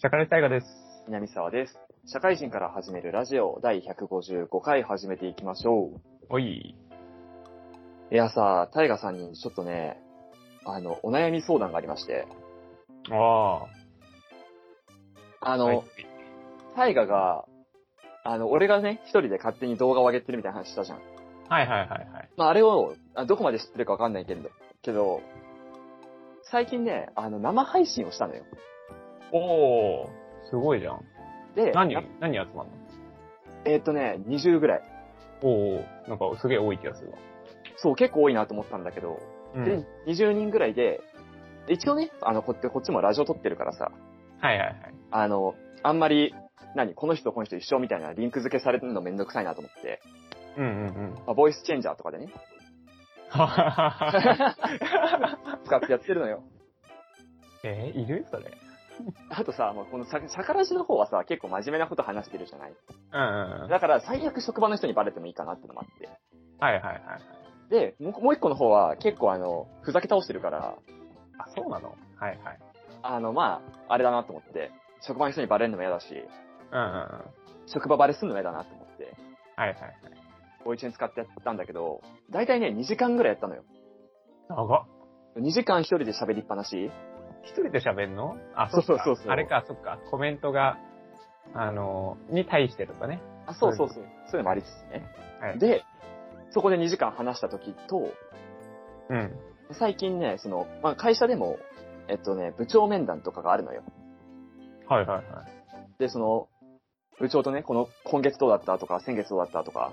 坂根大河です。南沢です。社会人から始めるラジオ第155回始めていきましょおい。う。いやさ、タイガさんにちょっとね、あの、お悩み相談がありまして、あああ。の、はい。タイガが、あの、俺がね、一人で勝手に動画を上げてるみたいな話したじゃん。はいはいはいはい。まあ、あれを、あどこまで知ってるかわかんないけれど、けど、最近ね、あの、生配信をしたのよ。おー、すごいじゃん。で、何な、何集まんのえーっとね、20ぐらい。おー、なんかすげえ多い気がするわ。そう、結構多いなと思ったんだけど、うん。で、20人ぐらいで、一応ね、あの、こって、こっちもラジオ撮ってるからさ、はいはいはい。あの、あんまり、何この人とこの人一緒みたいなリンク付けされるのめんどくさいなと思って、うんうんうん。まあ、ボイスチェンジャーとかでね、はははは。使ってやってるのよ。 えー、いるそれ。あとさ、もうこのさ、さからしの方はさ、結構真面目なこと話してるじゃないうんうんうん。はいだから最悪職場の人にバレてもいいかなってのもあって。はいはいはい。で、もうもう一個の方は結構あの、ふざけ倒してるから、あ、そうなのはいはい。あの、まあ、あれだなと思って、職場の人にバレるのも嫌だし、うんうんうん。職場バレするのも嫌だなと思って、はいはいはい。ボイチェン使ってやったんだけど、だいたいね、2時間ぐらいやったのよ。長っ。 2時間一人で喋りっぱなし一人で喋んのあ、そうそっかそうそうそうあれか、そっか。コメントが、あのー、に対してとかね。あ、そうそうそう。そういうのもありつつね。はいで、そこで2時間話した時と、うん。最近ね、その、まあ、会社でも、えっとね、部長面談とかがあるのよ。はいはいはい。で、その、部長とね、この、今月どうだったとか、先月どうだったとか、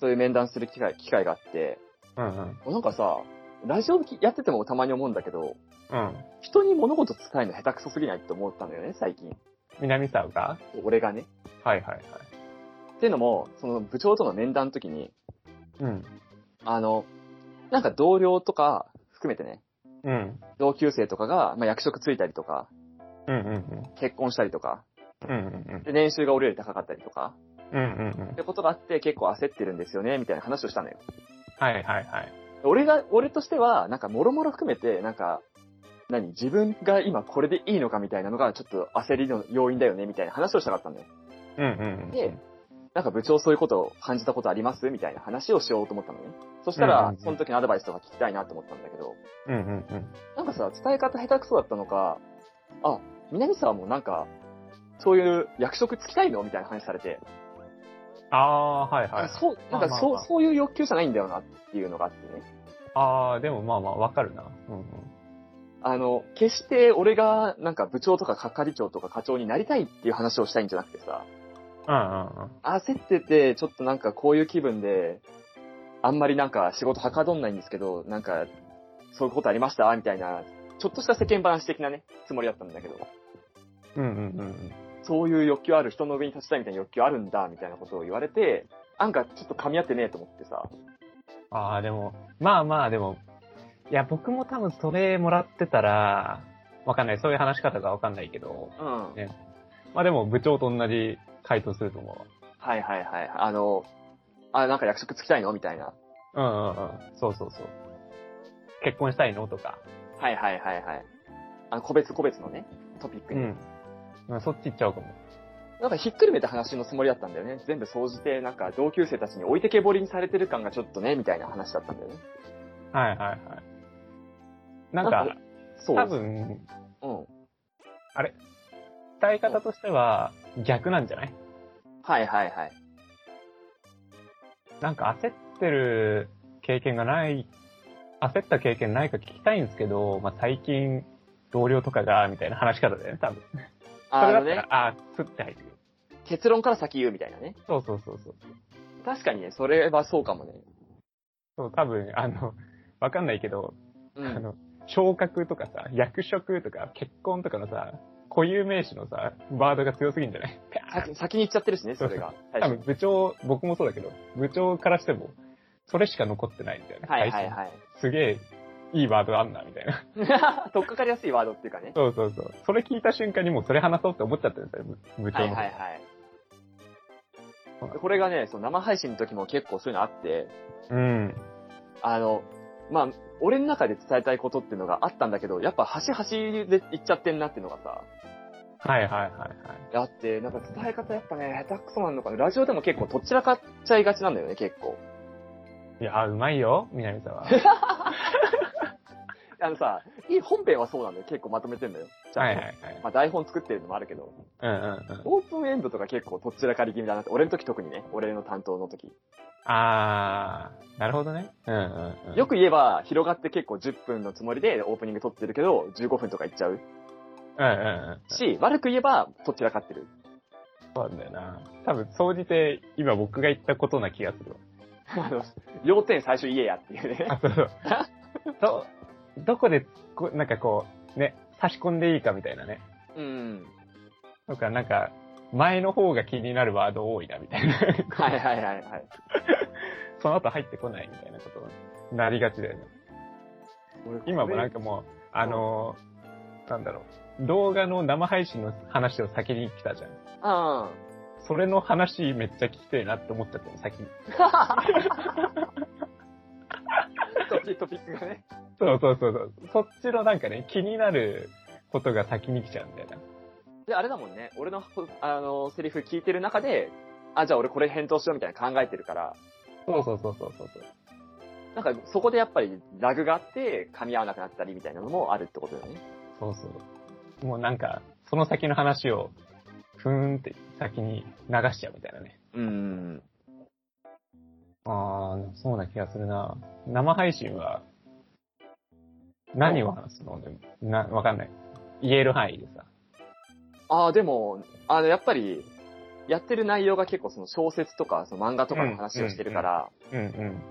そういう面談する機会、機会があって、うん。うんうん。なんかさ、ラジオやっててもたまに思うんだけど、うん。人に物事伝えるの下手くそすぎないって思ったんだよね、最近。南沢が俺がね。はいはいはい。っていうのも、その部長との面談の時に、うん。あの、なんか同僚とか含めてね、うん。同級生とかが、まあ、役職ついたりとか、うんうんうん。結婚したりとか、うんうんで年収が俺より高かったりとか、うん。うんうんうんって。ことがあって結構焦ってるんですよね、みたいな話をしたのよ。はいはいはい。俺が、俺としては、なんかもろもろ含めて、なんか、何自分が今これでいいのかみたいなのがちょっと焦りの要因だよねみたいな話をしたかったんだよ。うんうんうん。で、なんか部長そういうことを感じたことありますみたいな話をしようと思ったのね。そしたうんうらんうん、その時のアドバイスとか聞きたいなと思ったんだけど、うんうんうん。なんかさ、伝え方下手くそだったのか、あ、南さんもなんか、そういう役職つきたいのみたいな話されて、ああー、はいはいあ。そう、なんまかあまあそう、まあそういう欲求じゃないんだよなっていうのがあってね。ああ、でもまあまあ、わかるな。うんうん。あの、決して俺がなんか部長とか係長とか課長になりたいっていう話をしたいんじゃなくてさ、うんうんうん。焦ってて、ちょっとなんかこういう気分で、あんまりなんか仕事はかどんないんですけど、なんか、そういうことありましたみたいな、ちょっとした世間話的なね、つもりだったんだけど、うんうんうんうん。そういう欲求ある、人の上に立ちたいみたいな欲求あるんだ、みたいなことを言われて、なんかちょっと噛み合ってねえと思ってさ、ああ、でも、まあまあ、でも、いや、僕も多分それもらってたら、わかんない。そういう話し方がわかんないけど、うん。はいねまあでも部長と同じ回答すると思はいはい。あの、あ、なんか役職つきたいのみたいな。うわ。うんうんうん。そうそうそう。結婚したいのとか。はいはいはいはい。あの、個別個別のね、トピックに。うん。まあそっち行っちゃうかも。なんかひっくるめた話のつもりだったんだよね。全部総じて、なんか同級生たちに置いてけぼりにされてる感がちょっとね、みたいな話だったんだよね。はいはいはい。なんなんかか、そう。多。分、うん。伝え方としては逆なんじゃないはいはいはい。なんか焦ってる経験がない、焦った経験ないか聞きたいんですけど、まあ、最近、同僚とかが、みたいな話し方だよね、多分。そあれだっのたねら、、あー、スッて入ってくる。結論から先言うみたいなね。そうそうそうそう。確かにね、それはそうかもね。そう、多分、あの、わかんないけど、うあん。の、昇格とかさ、役職とか結婚とかのさ、固有名詞のさ、ワードが強すぎんじゃない先先に言っちゃってるしね、それが。最多初に分部長、僕もそうだけど、部長からしても、それしか残ってないみたいな。はいはい最はい。初すげえ、いいワードあんな、みたいな。 とっかかりやすいワードっていうかね。そうそうそう。それ聞いた瞬間にもうそれ話そうって思っちゃったんですよ、部部長 はの。いはいはい。これがね、その生配信の時も結構そういうのあって、うん。あの、まあ、俺の中で伝えたいことっていうのがあったんだけど、やっぱ端々で言っちゃってんなっていうのがさ、はいはいはいはい。あって、なんか伝え方やっぱね、下手くそなんのかな。ラジオでも結構どちらかっちゃいがちなんだよね、結構。いやー、うまいよ、南 沢。あのさ、いい本編はそうなんだよ。結構まとめてんだよ。ちゃんとはいはいはい。まあ台本作ってるのもあるけど、うんうんうオープンエンドとか結構どちらかり気味だなって。俺の時特にね、俺の担当の時。ん。あー、なるほどね。うんうんうん。よく言えば、広がって結構10分のつもりでオープニング撮ってるけど、15分とかいっちゃううんうんうん。し、悪く言えば、どちらかってる。そうなんだよな。多分、総じて、今僕が言ったことな気がするわ。あ の、要点最初言えやっていうね。あ、そうそう。ど、どこで、こなんかこう、ね、差し込んでいいかみたいなね。うん。とか、なんか、前の方が気になるワード多いな、みたいな。 はいはいはいはい。その後入ってこないみたいなことになりがちだよね。今もなんか、かもう、あのーなんだろう。動画の生配信の話を先に来たじゃん。 うん。それの話めっちゃ聞きたいなって思っちゃったの、先に。トピトピックがね。そうそうそうそう。そっちのなんかね、気になることが先に来ちゃうんだよな。で、あれだもんね。俺の、ほあの、セリフ聞いてる中で、あ、じゃあ俺これ返答しようみたいな考えてるから、そうそうそうそうそうそう。なんかそこでやっぱりラグがあって、噛み合わなくなったりみたいなのもあるってことだよね。そうそう。もうなんか、その先の話を、ふーんって先に流しちゃうみたいなね。うん。ああ、そうな気がするな。生配信は、何を話すのでも、な、わかんない。言える範囲でさ。ああ、でも、あの、やっぱり、やってる内容が結構その小説とか、その漫画とかの話をしてるから、うんうん。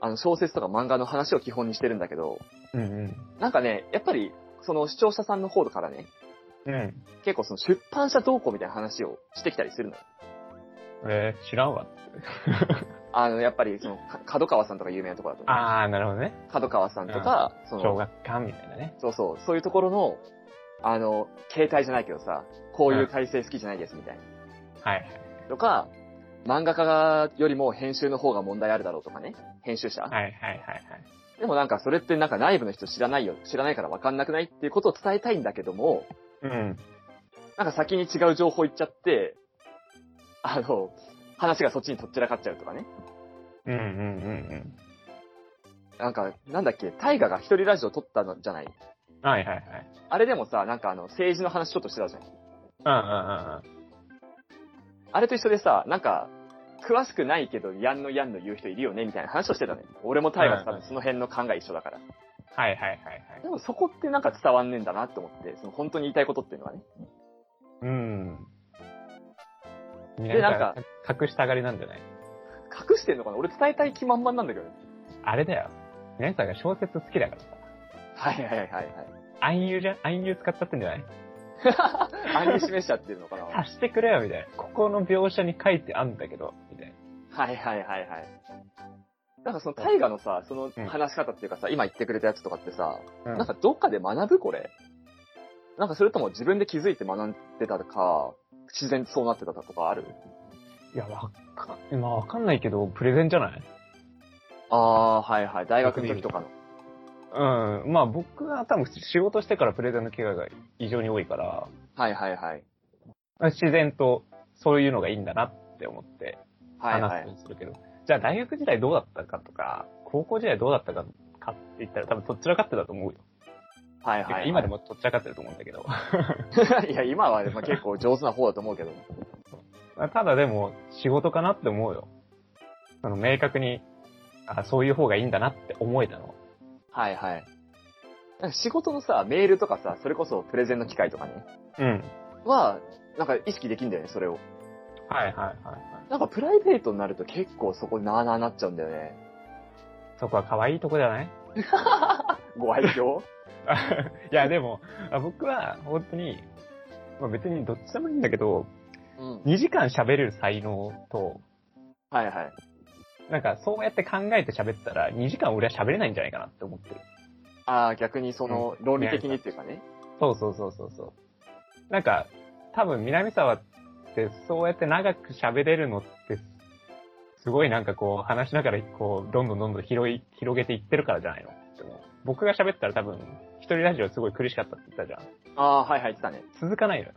あの、小説とか漫画の話を基本にしてるんだけど、うんうん。なんかね、やっぱり、その視聴者さんの方からね、うん。結構その出版社同行みたいな話をしてきたりするのよ。えー、知らんわ。あの、やっぱりその、か角川さんとか有名なところだと思う。ああ、なるほどね。角川さんとか、そ小の、学館みたいなね。そうそう、そういうところの、あの、携帯じゃないけどさ、こういう体制好きじゃないですみたいな。はい。とか、漫画家がよりも編集の方が問題あるだろうとかね。編集者、はいはいはいはい。でもなんかそれってなんか内部の人知らないよ、知らないから分かんなくないっていうことを伝えたいんだけども、うん。なんか先に違う情報言っちゃって、あの、話がそっちにとっちらかっちゃうとかね。うんうんうんなんか、なんだっけ、大河が一人ラジオ撮ったのじゃないうん。はいはいはい。あれでもさ、なんかあの、政治の話ちょっとしてたじゃん。うんうんうんあれと一緒でさ、なんか、詳しくないけど、やんのやんの言う人いるよね、みたいな話をしてたね。俺も大河と多分その辺の考え一緒だから。はいはいはいではい。もそこってなんか伝わんねえんだなって思って、その本当に言いたいことっていうのはね。うん。でなんか、隠したがりなんじゃない隠してんのかな俺伝えたい気満々なんだけどね。あれだよ。皆さんが小説好きだからさ。はいはいはいはい。暗誘じゃ、暗誘使っちゃってんじゃない暗に示しちゃってるのかなは察してくれよ、みたいな。ここの描写に書いてあんだけど、みたいな。いはいはいはい。なんかその大河のさ、そのうん話し方っていうかさ、今言ってくれたやつとかってさ、うんなんかどっかで学ぶこれ。なんかそれとも自分で気づいて学んでたとか、自然とそうなってたとかあるいや、わかん、まあわかんないけど、プレゼンじゃないああー、はいはい。大学の時とかの。うん。まあ僕は多分仕事してからプレゼンの機会が異常に多いから、はいはいはい。自然とそういうのがいいんだなって思ってはいは話すよい。うにするけど、じゃあ大学時代どうだったかとか、高校時代どうだったかかって言ったら多分どちらかってたと思うよ。はいはい、はい。今でもどちらかってると思うんだけど。 いや、今は、ま あ、結構上手な方だと思うけど。まあただでも仕事かなって思うよ。その明確に、あそういう方がいいんだなって思えたの。はいはい。なんか仕事のさ、メールとかさ、それこそプレゼンの機会とかね、うん。は、なんか意識できんだよね、それを。はいはいはい、はい。なんかプライベートになると結構そこなあなあなっちゃうんだよね。そこは可愛いとこじゃない ご愛嬌いやでも、あ僕は本当に、まあ、別にどっちでもいいんだけど、うん。 2時間喋れる才能と、はいはい。なんかそうやって考えて喋ったら2時間俺は喋れないんじゃないかなって思ってる。ああ、逆にその、論理的にっていうかね。そうそうそうそうそう。なんか、多分南沢ってそうやって長く喋れるのって、すごいなんかこう話しながらこう、どんどんどんどん広い、広げていってるからじゃないのでも僕が喋ったら多分、一人ラジオすごい苦しかったって言ったじゃん。ああ、はいはい、言ってたね。続かないのよ。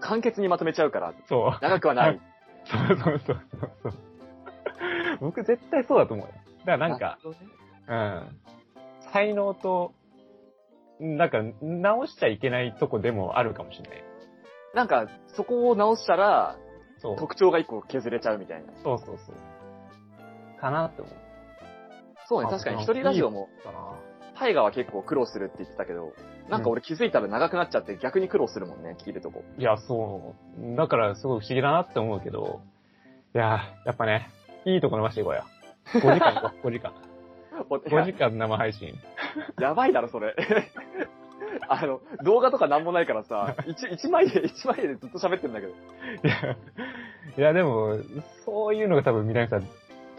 簡潔にまとめちゃうから、そう。長くはない。そうそうそうそうそう。僕絶対そうだと思うよ。だからなんか、るほどね。うん。才能と、なんか、直しちゃいけないとこでもあるかもしれない。なんか、そこを直したら、そう。特徴が一個削れちゃうみたいな。そうそうそう。かなって思っそうね、あ確かにうん一人ラジオも、たな。タイガは結構苦労するって言ってたけど、なんか俺気づいたら長くなっちゃって逆に苦労するもんね、聞いるとこ。いや、そう。だから、すごい不思議だなって思うけど、いやー、やっぱね、いいとこ伸ばしていこうよ。5時間行こう、5時間。5時間生配信。やばいだろ、それ。 あの、動画とかなんもないからさ、一一枚で、一枚でずっと喋ってんだけど。いや、いやでも、そういうのが多分、南さん、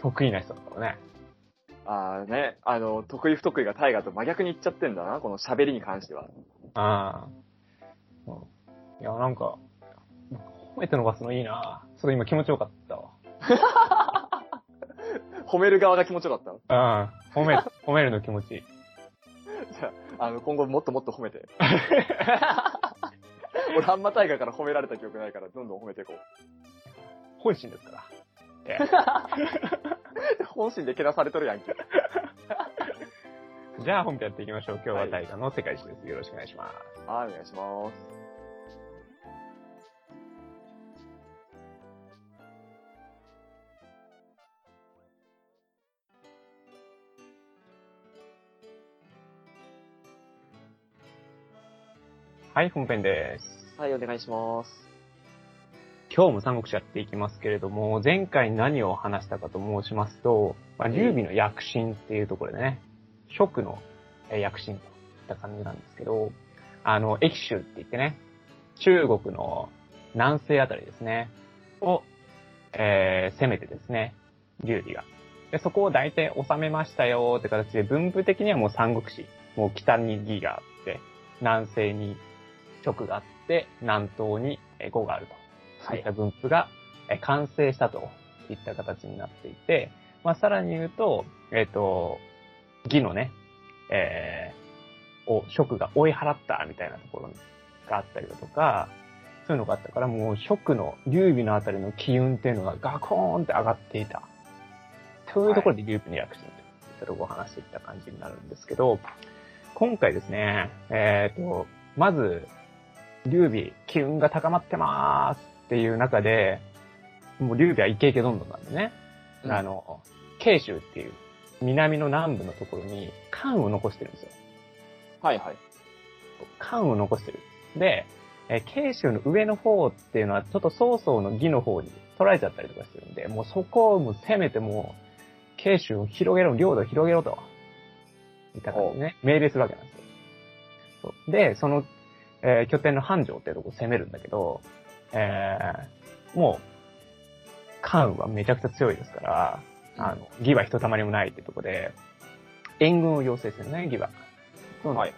得意な人だからね。ああね、あの、得意不得意がタイガと真逆に言っちゃってんだな、この喋りに関しては。ああ。いや、なんか、褒めて伸ばすのいいなそれ今気持ちよかったわ。褒める側が気持ちよかっああ、褒め、褒めるの気持ちいい。た。じゃあ、あの、今後もっともっと褒 めて。俺、あんまタイガから褒められた記憶ないから、どんどん褒めていこう。本心ですから。本心でけなされとるやんけ。じゃあ本編やっていきましょう。今日ははい大河の世界史です。よろしくお願いします。はい、お願いします。はい、本編です。はい、お願いします。今日も三国志やっていきますけれども、前回何を話したかと申しますと、まあ、劉備の躍進っていうところでね、蜀のえー躍進といった感じなんですけど、あの、益州って言ってね、中国の南西あたりですね、を、えー攻めてですね、劉備が。で、そこを大体収めましたよって形で、分布的にはもう三国志、もう北に義があって、南西に蜀があって、南東にえー呉があると。はそういっい。た分布がえー完成したといった形になっていて、まあ、さらに言うと、えっ、と、義のね、えーを、職が追い払ったみたいなところがあったりだとか、そういうのがあったから、もう職の劉備のあたりの機運っていうのがガコーンって上がっていた。というところで劉備に躍進といったところを話していった感じになるんですけど、今回ですね、えっ、と、まず、劉備、機運が高まってますっていう中で、もう劉備はイケイケどんどんなんでね、うんあの、慶州っていう南の南部のところに漢を残してるんですよ。はいはい。漢を残してる。で、えー慶州の上の方っていうのはちょっと曹操の義の方に取られちゃったりとかしてるんで、もうそこをもう攻めてもう、慶州を広げろ、領土を広げろと、いった感じでね、命令するわけなんですよ。そうで、その、えー拠点の繁盛っていうとこを攻めるんだけど、えーもう、漢はめちゃくちゃ強いですから、あの、義はひとたまりもないってとこで、援軍を要請するね、義は。はい。。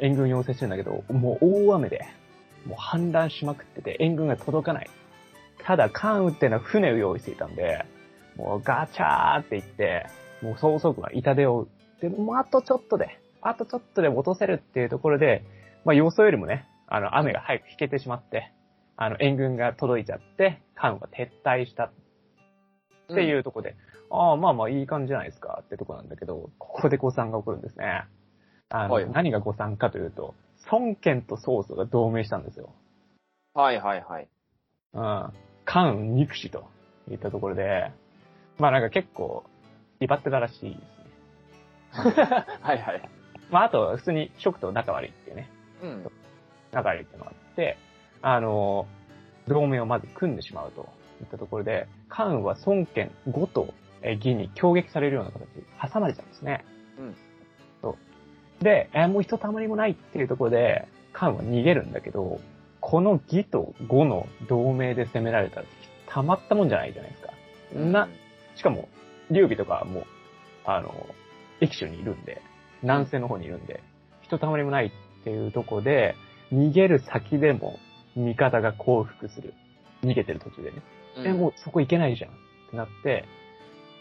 援軍要請してるんだけど、もう大雨で、もう氾濫しまくってて、援軍が届かない。ただ、関羽っていうのは船を用意していたんで、もうガチャーって言って、もう曹操軍は痛手を打って、もうあとちょっとで、あとちょっとで落とせるっていうところで、まあ予想よりもね、あの雨が早く引けてしまって、あの援軍が届いちゃって、関羽が撤退したっていううとこで、ああ、まあまあいい感じじゃないですかってとこなんだけど、ここで誤算が起こるんですね。あの、はい何が誤算かというと、孫権と曹操が同盟したんですよ。はいは いはい。うん。関羽憎しといったところで、まあなんか結構、威張ってたらしいですね。はいはい。まああと、普通に蜀と仲悪いっていうね、うん。仲悪いっていうのがあって、あの、同盟をまず組んでしまうといったところで、関羽は孫権、呉とえー義に攻撃されるような形で挟まれちゃうんですね。うんそう。で、えーもうひとたまりもないっていうところで、関羽は逃げるんだけど、この義と呉の同盟で攻められたら、たまったもんじゃないじゃないですか。な、しかも、劉備とかはもう、あの、駅州にいるんで、南西の方にいるんで、ひとたまりもないっていうとこで、逃げる先でも味方が降伏する。逃げてる途中でね。うん、え、もうそこ行けないじゃんってなって、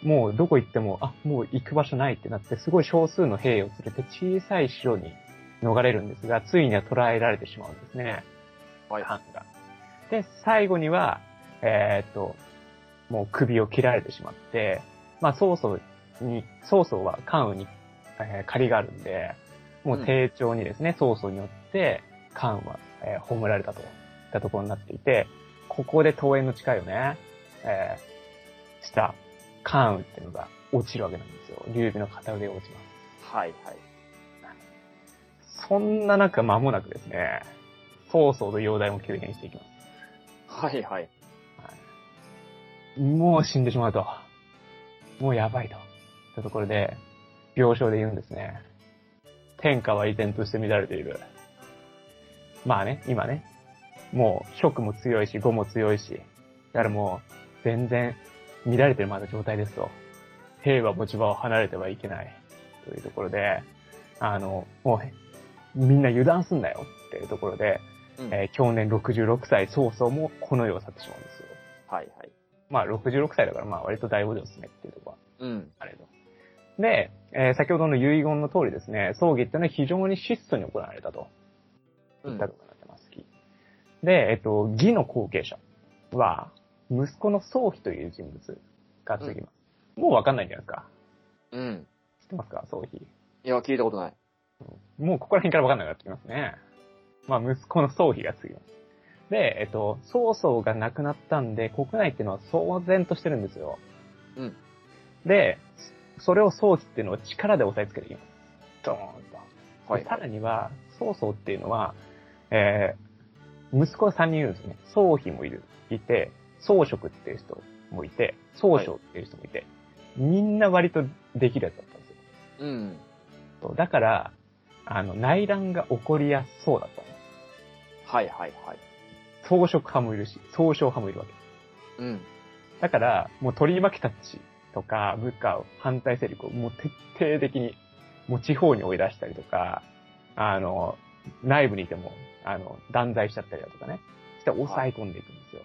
もうどこ行っても、あ、もう行く場所ないってなって、すごい少数の兵を連れて小さい城に逃れるんですが、ついには捕らえられてしまうんですね。はい。ハンが。で、最後には、えーっと、もう首を切られてしまって、まあ、曹操に、曹操は関羽に、えー借りがあるんで、もう丁重にですね、曹操によって関羽は、えー葬られたといったところになっていて、ここで桃園の誓いをね、えーした関羽っていうのが落ちるわけなんですよ。劉備の片腕が落ちます。はい、はい。そんな中間もなくですね、曹操と容体も急変していきます。はい、はい。もう死んでしまうと。もうやばいと。というところで、病床で言うんですね。天下は依然として乱れている。まあね、今ね。もう、食も強いし、語も強いし。だからもう、全然、乱れてるまだ状態ですと。兵は持ち場を離れてはいけない。というところで、あの、もう、みんな油断すんなよっていうところで、うんえー去年66歳曹操もこの世を去ってしまうんですよ。はい、はい。まあ66歳だからまあ割と大御所ですねっていうところはうん。あれど。で、えー先ほどの遺言の通りですね、葬儀っていうのは非常に質素に行われたとういっんたことになってます。で、えっと、義の後継者は、息子の宗妃という人物が続きます。もうわかんないんじゃないですか。うん。知ってますか、宗妃。いや、聞いたことない。もうここら辺からわかんなくなってきますね。まあ、息子の宗妃が次ます。で、えっと、曹操が亡くなったんで、国内っていうのは騒然としてるんですよ。うん。で、それを曹妃っていうのを力で押さえつけていきます。ドーンと。はい。さらには、曹操っていうのは、えー、息子が3人いるんですね。曹妃もいる、いて、曹職っていう人もいて、曹将っていう人もいて、みんな割とできるやつだったんですよ。うん。そうだから、あの、内乱が起こりやすそうだったの。はい、はい、はい。装飾派もいるし、総称派もいるわけ。うん。だから、もう取り巻きたちとか部下を反対勢力をもう徹底的に、もう地方に追い出したりとか、あの、内部にいても、あの、断罪しちゃったりだとかね、して抑え込んでいくんですよ。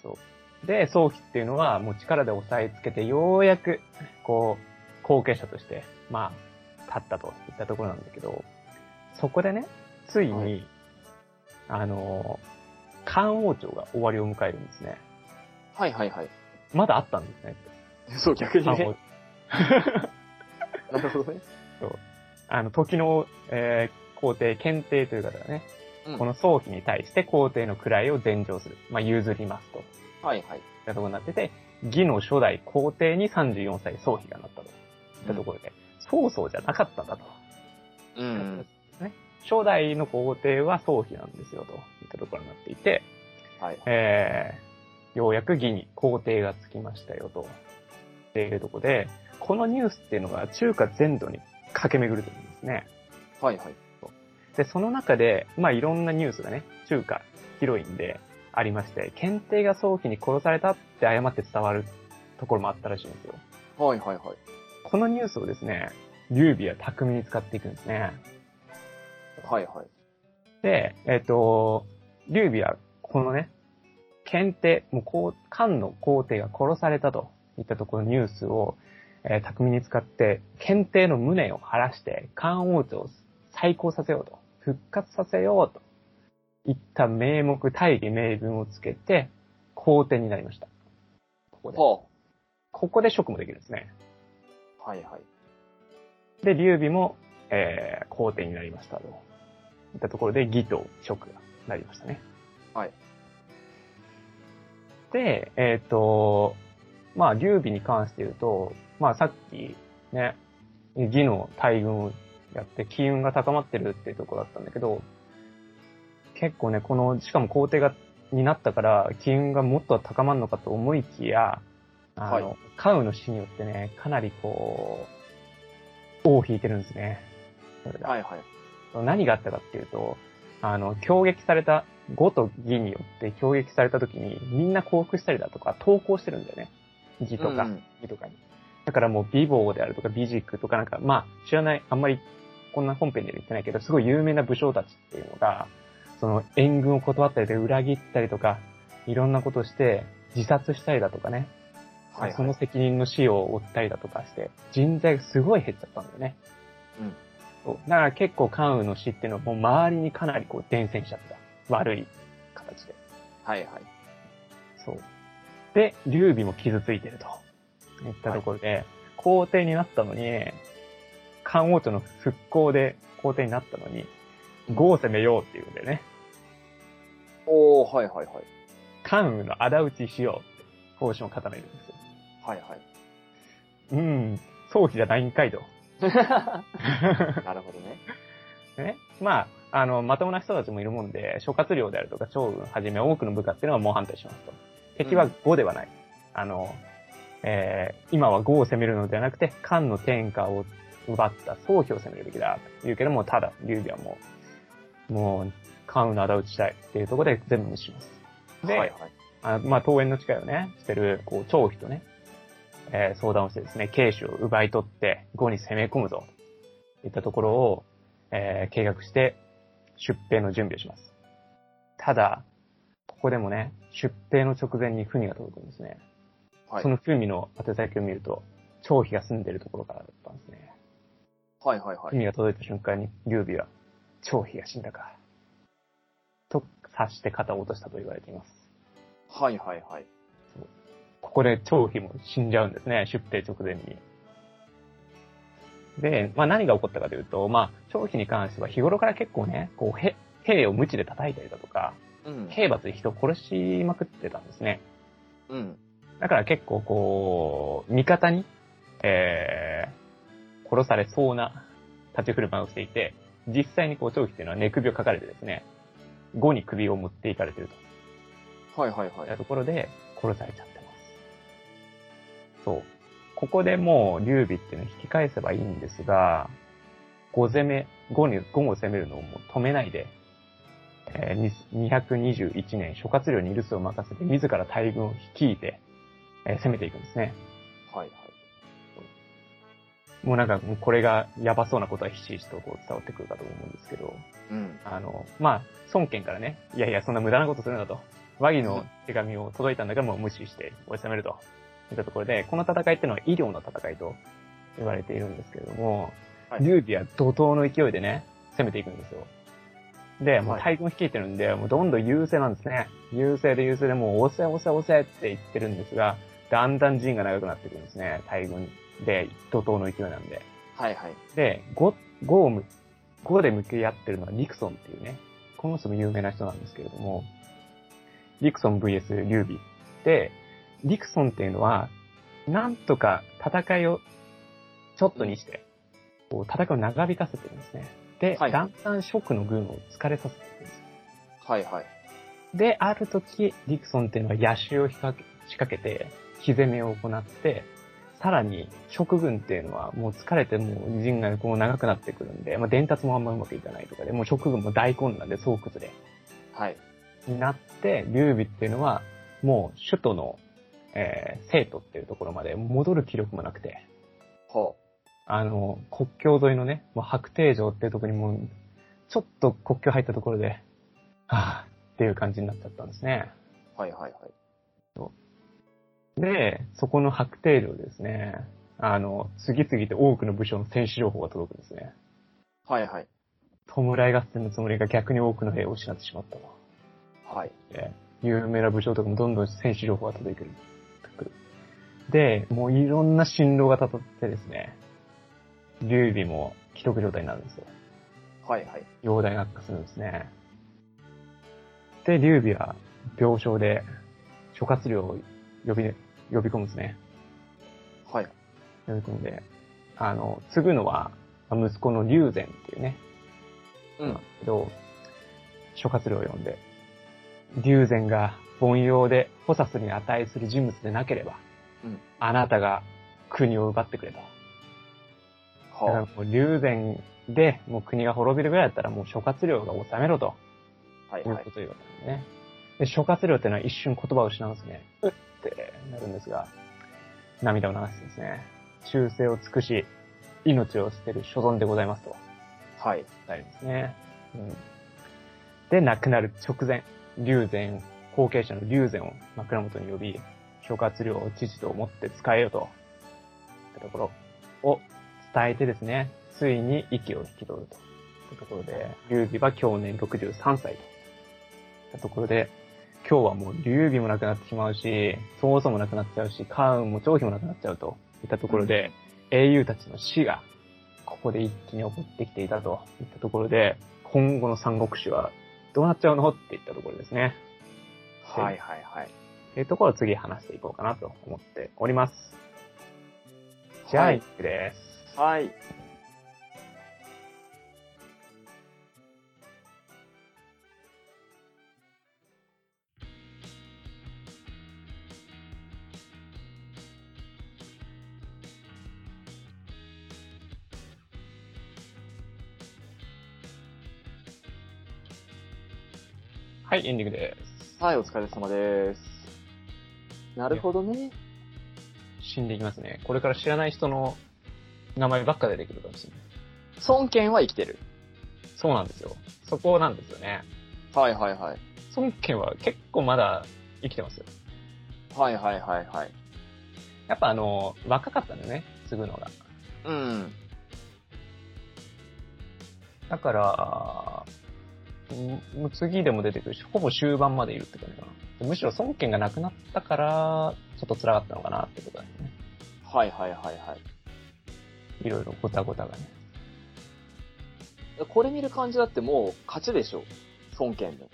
そう。で、早期っていうのはもう力で抑えつけて、ようやく、こう、後継者として、まあ、立ったといったところなんだけど、そこでね、ついに、はいあの、漢王朝が終わりを迎えるんですね。はい、はい、はい。まだあったんですね。 そう、逆にあもねう。なるほどね。あの、時の、えー皇帝、検定という方がね、うんこの宗妃に対して皇帝の位を禅譲する。まあ、譲りますと。いはい、はい。ったところになってて、義の初代皇帝に34歳宗妃がなったと。いったところで、曹操じゃなかったんだと。 うん。ね、初代の皇帝は宗妃なんですよと。いったところになっていて、はい。えーようやく義に皇帝がつきましたよと。っていうところで、このニュースっていうのが中華全土に駆け巡ると思うんですね。はい、はい。で、その中で、まあいろんなニュースがね、中華広いんでありまして、検定が早期に殺されたって誤って伝わるところもあったらしいんですよ。はい、はい、はい。このニュースをですね、劉備は巧みに使っていくんですね。はい、はい。で、えっ、と、劉備はこのね、検定、もうこう、漢の皇帝が殺されたといったところのニュースを、えー巧みに使って、検定の無念を晴らして、漢王朝を再興させようと、復活させようと、いった名目、大義名分をつけて、皇帝になりました。ここで。はここで職務できるんですね。あ。はい、はい。で、劉備も、えー皇帝になりましたと。いったところで、義と職がなりましたね。はい。で、えっ、と、まあ、劉備に関して言うと、まあ、さっき、ね、義の大軍をやって、機運が高まってるっていうところだったんだけど、結構ね、この、しかも皇帝が、になったから、機運がもっと高まるのかと思いきや、あの、は関羽の死によってね、かなりこう、尾を引いてるんですね。それがはい、はい。何があったかっていうと、あの、攻撃された、5と義によって攻撃された時に、みんな降伏したりだとか、投降してるんだよね。義とか、うん義とかに。だからもう、美貌であるとか、美軸とかなんか、まあ、知らない、あんまり、こんな本編では言ってないけど、すごい有名な武将たちっていうのが、その、援軍を断ったりで裏切ったりとか、いろんなことして、自殺したりだとかね、はい、そはのい。責任の死を負ったりだとかして、人材がすごい減っちゃったんだよね。うんそう。だから結構関羽の死っていうのはもう周りにかなりこう伝染しちゃった。悪い形で。はいはい。そう。で、劉備も傷ついてると。言ったところで、皇帝になったのに、漢王朝の復興で皇帝になったのに、呉を攻めようっていうんでね、おー、はいはいはい。関羽の仇討ちしようって方針を固めるんですよ。はい はい。うん、早期じゃないんかいと。なるほどね。ね。まあ、あの、まともな人たちもいるもんで、諸葛亮であるとか、趙雲はじめ多くの部下っていうのは猛反対しますと。敵は呉ではない。あの、えー今は呉を攻めるのではなくて、漢の天下を奪った曹丕を攻めるべきだと言うけども、ただ、劉備はもう、もう、漢の仇討ちしたいっていうところで全部無視します。で、はいはい。あまあ、桃園の誓いをね、してる、こう、張飛とね、えー相談をしてですね、慶州を奪い取って、呉に攻め込むぞ、といったところを、えー計画して、出兵の準備をします。ただ、ここでもね、出兵の直前に文が届くんですね。はいその文の宛先を見ると、張飛が住んでるところからだったんですね。はいはいはい。文が届いた瞬間に、劉備は、張飛が死んだか。と、察して肩を落としたと言われています。はいはいはい。ここで張飛も死んじゃうんですね、出兵直前に。で、まあ何が起こったかというと、まあ、張飛に関しては日頃から結構ね、こう、へ兵を無知で叩いたりだとか、うん。兵罰で人を殺しまくってたんですね。うん。だから結構こう、味方に、えー、殺されそうな立ち振る舞いをしていて、実際にこう、張飛っていうのは寝首をかかれてですね、後に首を持っていかれてると。はいはいはたい。ところで殺されちゃってます。そう。ここでもう劉備っていうのを引き返せばいいんですが、5攻め、5に、5を攻めるのをもう止めないで、えーに221年諸葛亮に留守を任せて自ら大軍を率いて、えー攻めていくんですね。はいはい。もうなんかもうこれがやばそうなことはひしひしとこう伝わってくるかと思うんですけど、うん。あの、まあ、孫権からね、いやいや、そんな無駄なことするなと。和議の手紙を届いたんだからもう無視して収めると。いったところで、この戦いってのは医療の戦いと言われているんですけれども、はい劉備は怒涛の勢いでね、攻めていくんですよ。で、もうはい大軍を率いてるんで、もうどんどん優勢なんですね。優勢で優勢でもう押せ押せ押せって言ってるんですが、だんだん陣が長くなってくるんですね。大軍で怒涛の勢いなんで。はいはい。で、5、5をむ、5で向き合ってるのはニクソンっていうね、この人も有名な人なんですけれども、ニクソン VS 劉備。で、ニクソンっていうのは、なんとか戦いをちょっとにして、こう戦いを長引かせてるんですね。で、はいだんだん諸の軍を疲れさせてるんです。はいはい。で、ある時、ディクソンっていうのは野手を引っ掛け仕掛けて、火攻めを行って、さらに、食軍っていうのはもう疲れてもう陣がこう長くなってくるんで、まあ伝達もあんまうまくいかないとかで、もう食軍も大混乱で総崩れはい。になって、劉備っていうのはもう首都の、えー、生徒っていうところまで戻る気力もなくて、ほあの、国境沿いのね、もう白帝城っていうところにもう、ちょっと国境入ったところで、はぁ、っていう感じになっちゃったんですね。う。はいはいはい。で、そこの白帝領でですね、あの、次々と多くの武将の戦死情報が届くんですね。はいはい。弔い合戦のつもりが逆に多くの兵を失ってしまったと。はい。で有名な武将とかもどんどん戦死情報が届いてくる。で、もういろんな進路がたたってですね、劉備も既得状態になるんですよ。はいはい。容体が悪化するんですね。で、劉備は病床で諸葛亮を呼び、呼び込むんですね。はい。呼び込んで、あの、継ぐのは、まあ息子の龍禅っていうね、うん。けど、諸葛亮を呼んで、龍禅が凡庸で補佐に値する人物でなければ、うんあなたが国を奪ってくれと。だからほもう龍禅で、もう国が滅びるぐらいだったらもう諸葛亮が治めろと、う。はいいうはいこ。とを言われたんでね。で、諸葛亮っていうのは一瞬言葉を失うんですね。うってなるんですが、涙を流してですね、忠誠を尽くし、命を捨てる所存でございますと。はい。なりですね。うん、で、亡くなる直前、龍禅、後継者の龍禅を枕元に呼び、諸葛亮を父と思って使えよと、ってところを伝えてですね、ついに息を引き取ると。というところで、劉備は去年63歳と。というところで、今日はもう劉備もなくなってしまうし、曹操もなくなっちゃうし、関羽も張飛もなくなっちゃうといったところで、英雄たちの死が、ここで一気に起こってきていたといったところで、今後の三国志はどうなっちゃうのっていったところですね。はいはいはい。というところを次話していこうかなと思っております。じゃあ、は一い句です。はい。はい、エンディングです。はい、お疲れ様です。なるほどね。死んでいきますね。これから知らない人の名前ばっか出てくるかもしれない。孫権は生きてる。そうなんですよ。そこなんですよね。はいはいはい。孫権は結構まだ生きてますよ。はいはいはいはい。やっぱあの、若かったんだよね、継ぐのが。うん。だから、んもう次でも出てくるし、ほぼ終盤までいるって感じかな。むしろ孫権がなくなったから、ちょっと辛かったのかなってことだよね。はいはいはいはい。いろいろごたごたがね。これ見る感じだってもう勝ちでしょ。孫権の。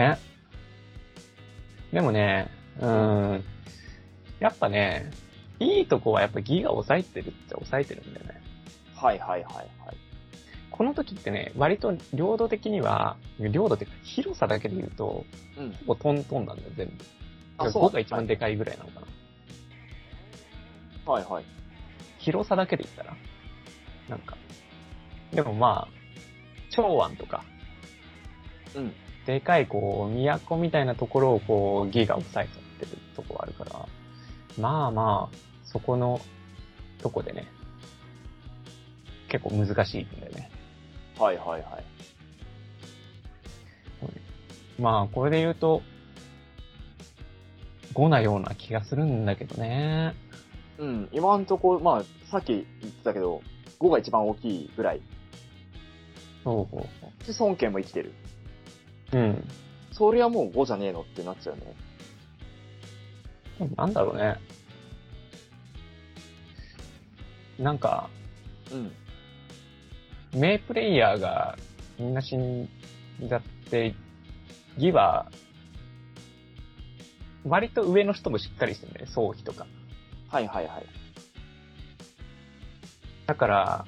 ね。でもね、うーん。やっぱね、いいとこはやっぱギが抑えてるっちゃ抑えてるんだよね。はいはいはいはい。この時ってね、割と領土的には、領土っていうか広さだけで言うと、うん。ほぼトントンなんだよ、全部。あそう5が一番でかいぐらいなのかな。はいはい。広さだけで言ったら。なんか。でもまあ、長安とか、うん。でかいこう、都みたいなところをこう、義が抑えちゃってるとこあるから、まあまあ、そこのとこでね、結構難しいんだよね。はいはいはい。まあ、これで言うと、5なような気がするんだけどね。うん。今んとこ、まあ、さっき言ってたけど、5が一番大きいぐらい。そうそうで、孫権も生きてる。そう。うん。それはもう5じゃねえのってなっちゃうね。なんだろうね。なんか、うん。名プレイヤーがみんな死んじゃって、義は、割と上の人もしっかりしてるんだよね、葬儀とか。はいはいはい。だから、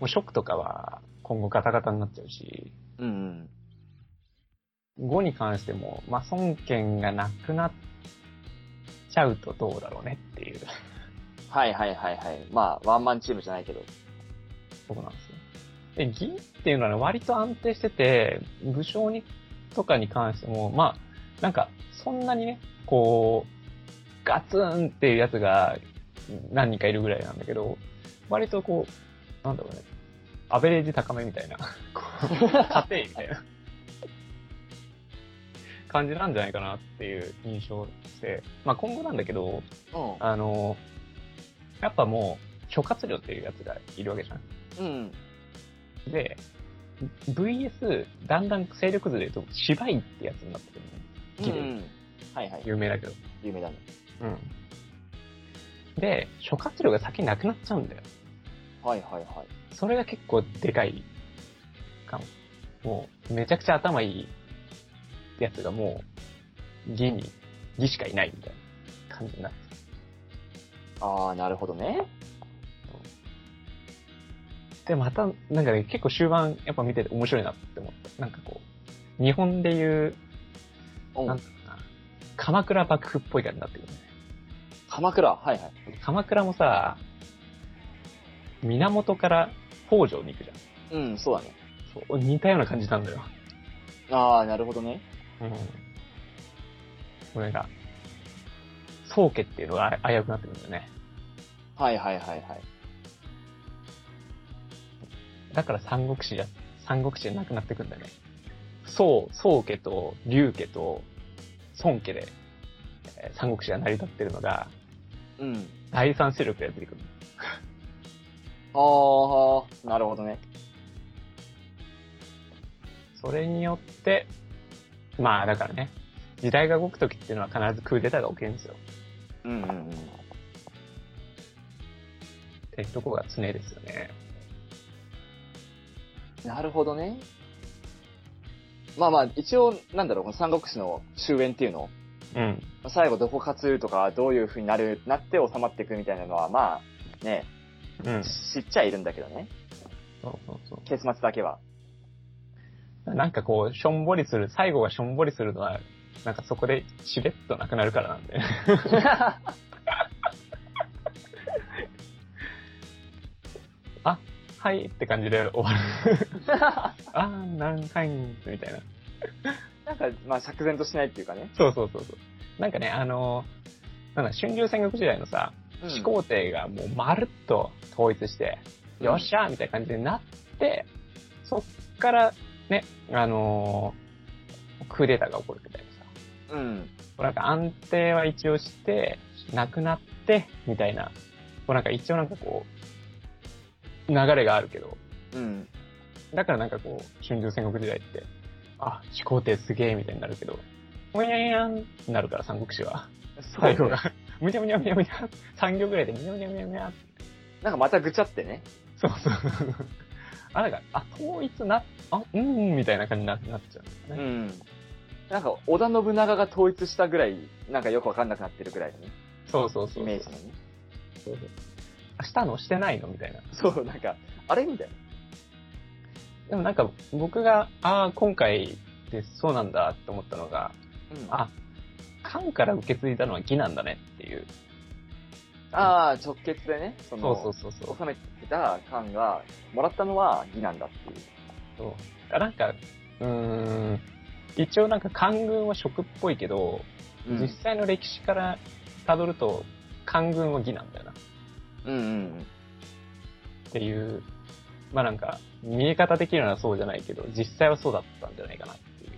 もうショックとかは今後ガタガタになっちゃうし、うん。 5に関しても、まあ、孫権がなくなっちゃうとどうだろうねっていう、はいはいはいはい。まあ、ワンマンチームじゃないけど。とこなんですよ。で、銀っていうのはね、割と安定してて、武将に、とかに関しても、まあ、なんか、そんなにね、こう、ガツンっていうやつが何人かいるぐらいなんだけど、割とこう、なんだろうね、アベレージ高めみたいな、こう、家庭みたいな感じなんじゃないかなっていう印象で、まあ今後なんだけど、うあの、やっぱもう、諸葛亮っていうやつがいるわけじゃん。ん。うん。で、VS、だんだん勢力図で言うと、芝居ってやつになってくるね。うギルん。はいはい。有名だけど。有名だね。うん。で、諸葛亮が先なくなっちゃうんだよ。はいはいはい。それが結構でかいかも。もう、めちゃくちゃ頭いいやつがもう、義に、義しかいないみたいな感じになってああ、なるほどね。で、また、なんかね、結構終盤、やっぱ見てて面白いなって思った。なんかこう、日本でいう、うなんんだ。ろうな、鎌倉幕府っぽい感じになってくるね。鎌倉。はいはい。鎌倉もさ、源から北条に行くじゃん。うん、そうだね。そう似たような感じなんだよ。ああ、なるほどね。うん。これが、宗家っていうのが危うくなってくるんだよね。はいはいはいはい。だから三国志じゃ、三国志じゃなくなってくんだよね。宋、宋家と劉家と孫家で、えー三国志が成り立ってるのが、うん。第三勢力が出てくる。はあ、なるほどね。それによって、まあだからね、時代が動くときっていうのは必ずクーデターが起きるんですよ。うんうんうん。ってとこが常ですよね。なるほどね。まあまあ、一応、なんだろう、この三国志の終焉っていうのうん。最後どこ勝つとか、どういう風になる、なって収まっていくみたいなのは、まあ、ね、うん。知っちゃいるんだけどね。そうそうそう。結末だけは。なんかこう、しょんぼりする、最後がしょんぼりするのは、なんかそこでしれっとなくなるからなんで。 あ、はいって感じで終わる。あー、何回みたいな。なんか、まあ、釈然としないっていうかね。そうそうそうそう。なんかね、あのーなんだ、春秋戦国時代のさ、始皇帝がもうまるっと統一して、うんよっしゃーみたいな感じになって、そっからね、あのークーデターが起こるみたいなさ。うん。こうなんか安定は一応して、なくなって、みたいな。こうなんか一応なんかこう、流れがあるけど、うん。だからなんかこう、春秋戦国時代って、あ、始皇帝すげえみたいになるけど、もややんってなるから、三国志は。そう最後が。むにゃむにゃむにゃむにゃ。3行ぐらいでむにゃむにゃむにゃむにゃ。なんかまたぐちゃってね。そうそう。あ、なんか、あ、統一な、あ、うん、みたいな感じにななっちゃう、うね。ん。なんか、織田信長が統一したぐらい、なんかよくわかんなくなってるぐらいのね。そうそうイそうメーそジのね。う。あしたのしてないのみたいな。そう、なんか、あれみたいな。でもなんか僕が、ああ、今回でそうなんだって思ったのが、うんあ、漢から受け継いだのは義なんだねっていう。ああ、直結でね、そその、うそうそうそう。収めてた缶が、もらったのは義なんだっていう。そうあなんか、うーん、一応なんか漢軍は食っぽいけど、うん実際の歴史から辿ると漢軍は義なんだよなっうんうんていう、まあなんか、見え方的にはそうじゃないけど、実際はそうだったんじゃないかなっていう。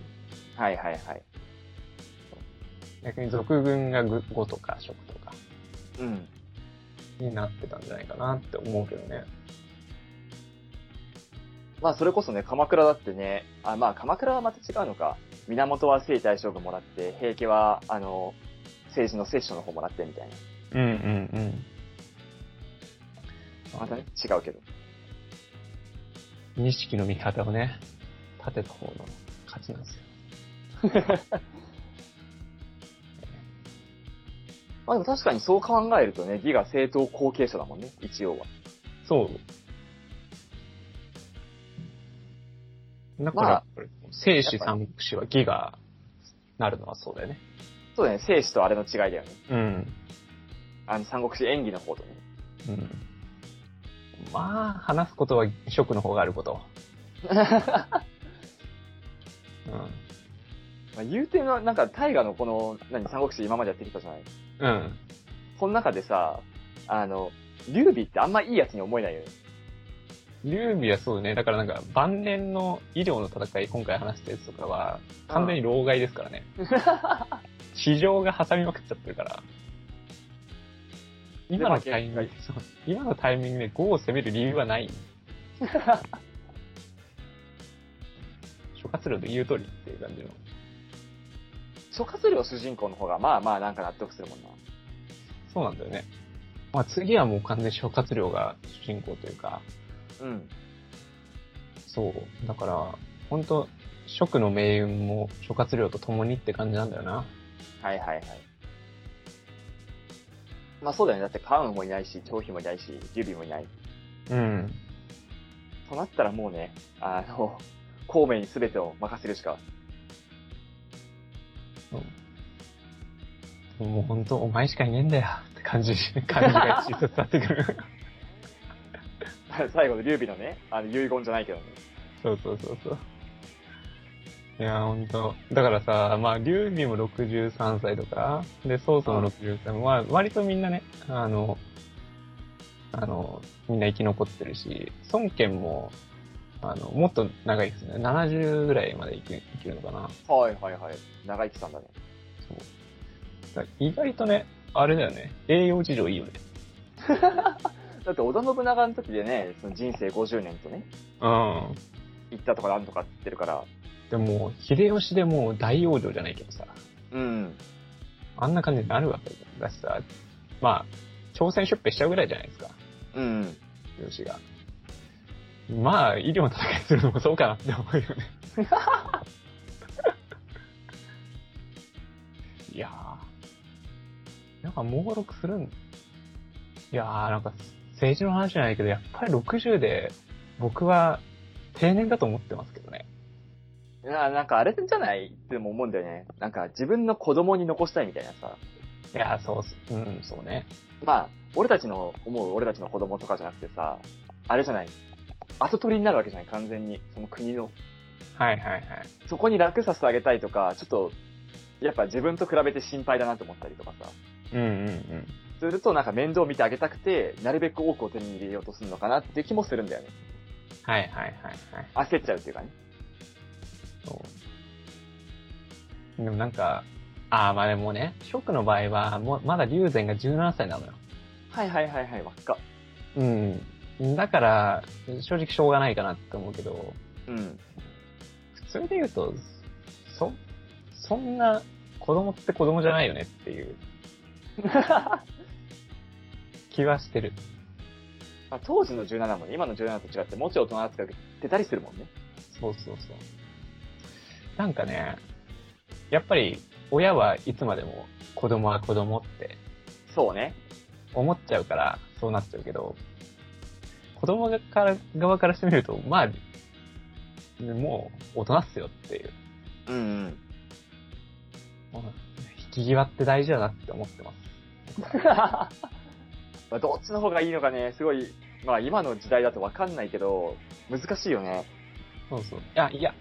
うん。はいはいはい。逆に俗軍がぐ語とか食とかうん。になってたんじゃないかなって思うけどね。まあ、それこそね、鎌倉だってね、あ、まあ、鎌倉はまた違うのか。源は征夷大将軍もらって、平家は、あの、政治の摂政の方もらってみたいうんうんうん。な。またね、違うけど。錦の味方をね、立てた方の勝ちなんですよ。まあ、でも確かにそう考えるとね、義が正当後継者だもんね、一応は。そう。だから、まあ生死三国志は義がなるのはそうだよね。そうだね、生死とあれの違いだよね。うん。あの、三国志演技の方とね。 うん。まあ、話すことは職の方があること。うまあ、言うての、なんか、大河のこの、何、三国志今までやってきたじゃないん。うん。この中でさ、あの、劉備ってあんまいいやつに思えないよね。劉備はそうだね。だからなんか、晩年の医療の戦い、今回話したやつとかは、完全に老害ですからね。市場が挟みまくっちゃってるから。今のタイミング、そう今のタイミングで5を攻める理由はない。諸葛亮の言う通りっていう感じの。諸葛亮主人公の方が、まあまあなんか納得するもんな。そうなんだよね。まあ次はもう完全に諸葛亮が主人公というか、うん。そう。だから、ほんと、諸の命運も諸葛亮と共にって感じなんだよな。はいはいはい。まあそうだよね。だって、関羽もいないし、張飛もいないし、劉備もいない。うん。となったらもうね、あの、孔明に全てを任せるしか。 もうほんと、お前しかいねえんだよって感 じ、感じが一緒に伝わってくる。最後の劉備のね、あの、遺言じゃないけどね。そうそうそうそう。いやー、ほんと。だからさ、まあ、劉備も63歳とか、で、曹操も63歳、まあ、割とみんなね、あの、あの、みんな生き残ってるし、孫権も、あの、もっと長いですね。70ぐらいまで生き生きるのかな。はいはいはい。長生きさんだね。そう。だから意外とね、あれだよね。栄養事情いいよね。だって織田信長の時でね、その人生50年とね、うん。行ったとかなんとかって言ってるから、でも、秀吉でもう大往生じゃないけどさ、うん。あんな感じになるわけだしさ、まあ、朝鮮出兵しちゃうぐらいじゃないですか、うん。秀吉が。まあ、医療の戦いするのもそうかなって思うよね。いやー、なんか猛録するん、いやー、なんか政治の話じゃないけど、やっぱり60で僕は定年だと思ってますけどね。いやなんかあれじゃないっても思うんだよね。なんか自分の子供に残したいみたいなさ。いやー、そうっす、うん、そうね。まあ、俺たちの思う俺たちの子供とかじゃなくてさ、あれじゃない。後取りになるわけじゃない、完全に。その国の。はいはいはい。そこに楽させてあげたいとか、ちょっと、やっぱ自分と比べて心配だなと思ったりとかさ。うんうんうん。するとなんか面倒見てあげたくて、なるべく多くを手に入れようとするのかなっていう気もするんだよね。はいはいはいはい。焦っちゃうっていうかね。そう。でもなんか、ああ、まあでもね、ショックの場合は、もうまだ龍禅が17歳なのよ。はいはいはいはい、輪っか。うん。だから、正直しょうがないかなって思うけど、うん。 普通で言うと、そ、そんな子供って子供じゃないよねっていう気はしてる。まあ、当時の17もね、今の17と違って、もうちょい大人扱い出たりするもんね。そうそうそう。なんかね、やっぱり親はいつまでも子供は子供ってそうね。思っちゃうからそうなっちゃうけど、子供がから側からしてみると、まあ、もう大人っすよっていう。うん、うん。もう引き際って大事だなって思ってます。 まあどっちの方がいいのかね、すごい、まあ今の時代だとわかんないけど、難しいよね。そうそう。いや、いや、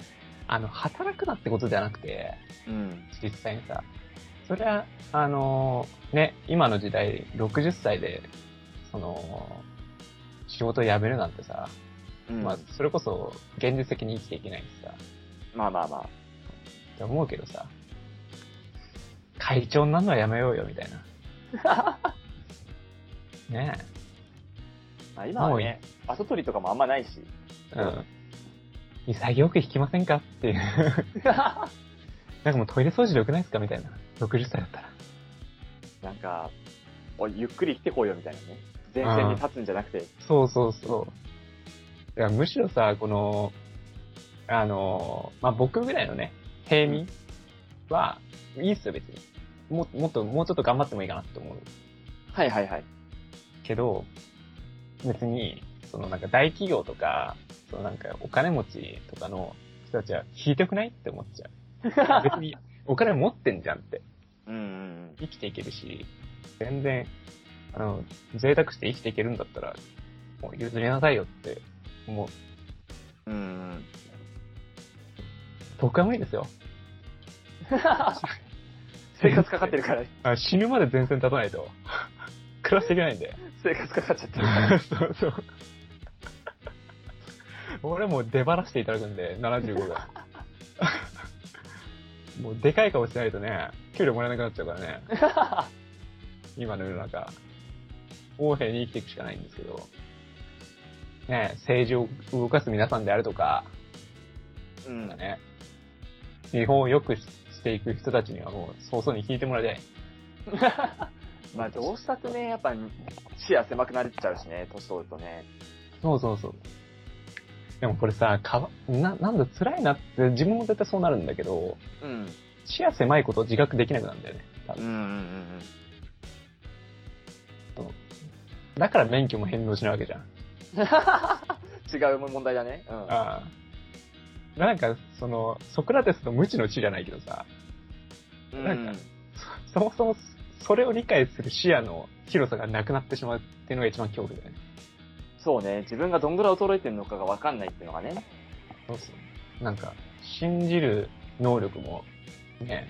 あの、働くなってことじゃなくて、うん。実際にさ、それは、あのね、今の時代、60歳で、その、仕事を辞めるなんてさ、うん、ままあ、それこそ現実的に生きていけないしさ、あまあまって思うけどさ、会長になるのはやめようよ、みたいな。 ねあ。まあ今はね、後取りとかもあんまないし。え。うん。潔く引きませんかって いう。なんかもうトイレ掃除でよくないですかみたいな。60歳だったら。なんか、おいゆっくり生きてこいよみたいなね。前線に立つんじゃなくて。そうそうそう。いやむしろさ、この、あの、まあ、僕ぐらいのね、平民は、いいっすよ、別に。ももっと、もうちょっと頑張ってもいいかなって思うはいはいはい。けど、別に、そのなんか大企業とか、そのなんかお金持ちとかの人たちは引いてくないって思っちゃ う。別に、お金持ってんじゃんって。うんうん生きていけるし、全然、あの、贅沢して生きていけるんだったら、もう譲りなさいよって思う。うん。うんうん。僕は無理ですよ。 生活かかってるから、あ死ぬまで前線立たないと、 暮らしていけないんで。生活かかっちゃってるから。そうそう。 俺もう出ばらしていただくんで、75が。もうでかい顔しないとね、給料もらえなくなっちゃうからね、今の世の中。横柄に生きていくしかないんですけど。ね政治を動かす皆さんであるとか、 うん。ね、日本を良くししていく人たちにはもう早々に聞いてもらいたい。まあどうしたってね、やっぱ視野狭くなっちゃうしね、年取るとね。そうそうそう。でもこれさ、かわな、なんだ辛いなって、自分も絶対そうなるんだけど、うん。視野狭いことを自覚できなくなるんだよね。多うんう分んうんだから免許も返納しないわけじゃん。うん。 違う問題だね。うん。ああ。なんか、その、ソクラテスの無知の知じゃないけどさ、うんなんかそそもそもそれを理解する視野の広さがなくなってしまうっていうのが一番恐怖だよね。そうね、自分がどんぐらい衰えてるのかがわかんないっていうのがね。そうそう。なんか、信じる能力も、ね、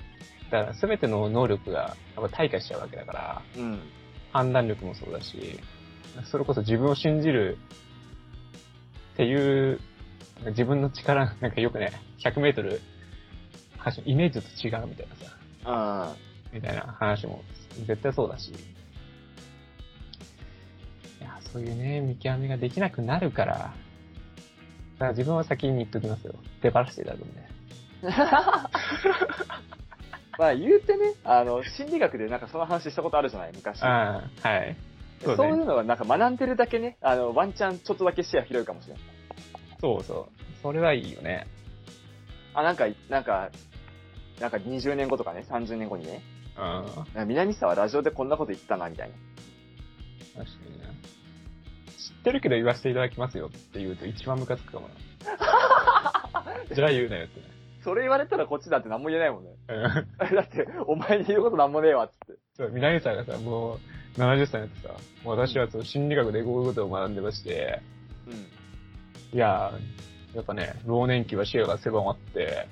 だから全ての能力がやっぱ退化しちゃうわけだから、うん。 判断力もそうだし、それこそ自分を信じるっていう、なんか自分の力、なんかよくね、100メートル、走るイメージと違うみたいなさ、うん。みたいな話も絶対そうだし。いやそういうね、見極めができなくなるから、だから自分は先に言っときますよ。手放していただくんで。まあ言うてね、あの、心理学でなんかその話したことあるじゃない、昔。ああ、はい。そそうう,、いね。うのはなんか学んでるだけね、あの、ワンチャンちょっとだけ視野広いかもしれない。そうそう。それはいいよね。あ、なんか、なんか、なんか20年後とかね、30年後にね、うん。確なんか南沢ラジオでこんなこと言ってたな、みたいな。かにね。知ってるけど言わせていただきますよって言うと一番ムカつくかもな。じゃあ言うなよってね。それ言われたらこっちだって何も言えないもんね。 うんだって、お前に言うことなんもねえわ、つって。そう、南さんがさ、もう70歳になってさ、もう私はその心理学でこういうことを学んでまして、うん。いやー、やっぱね、老年期は視野が狭まって、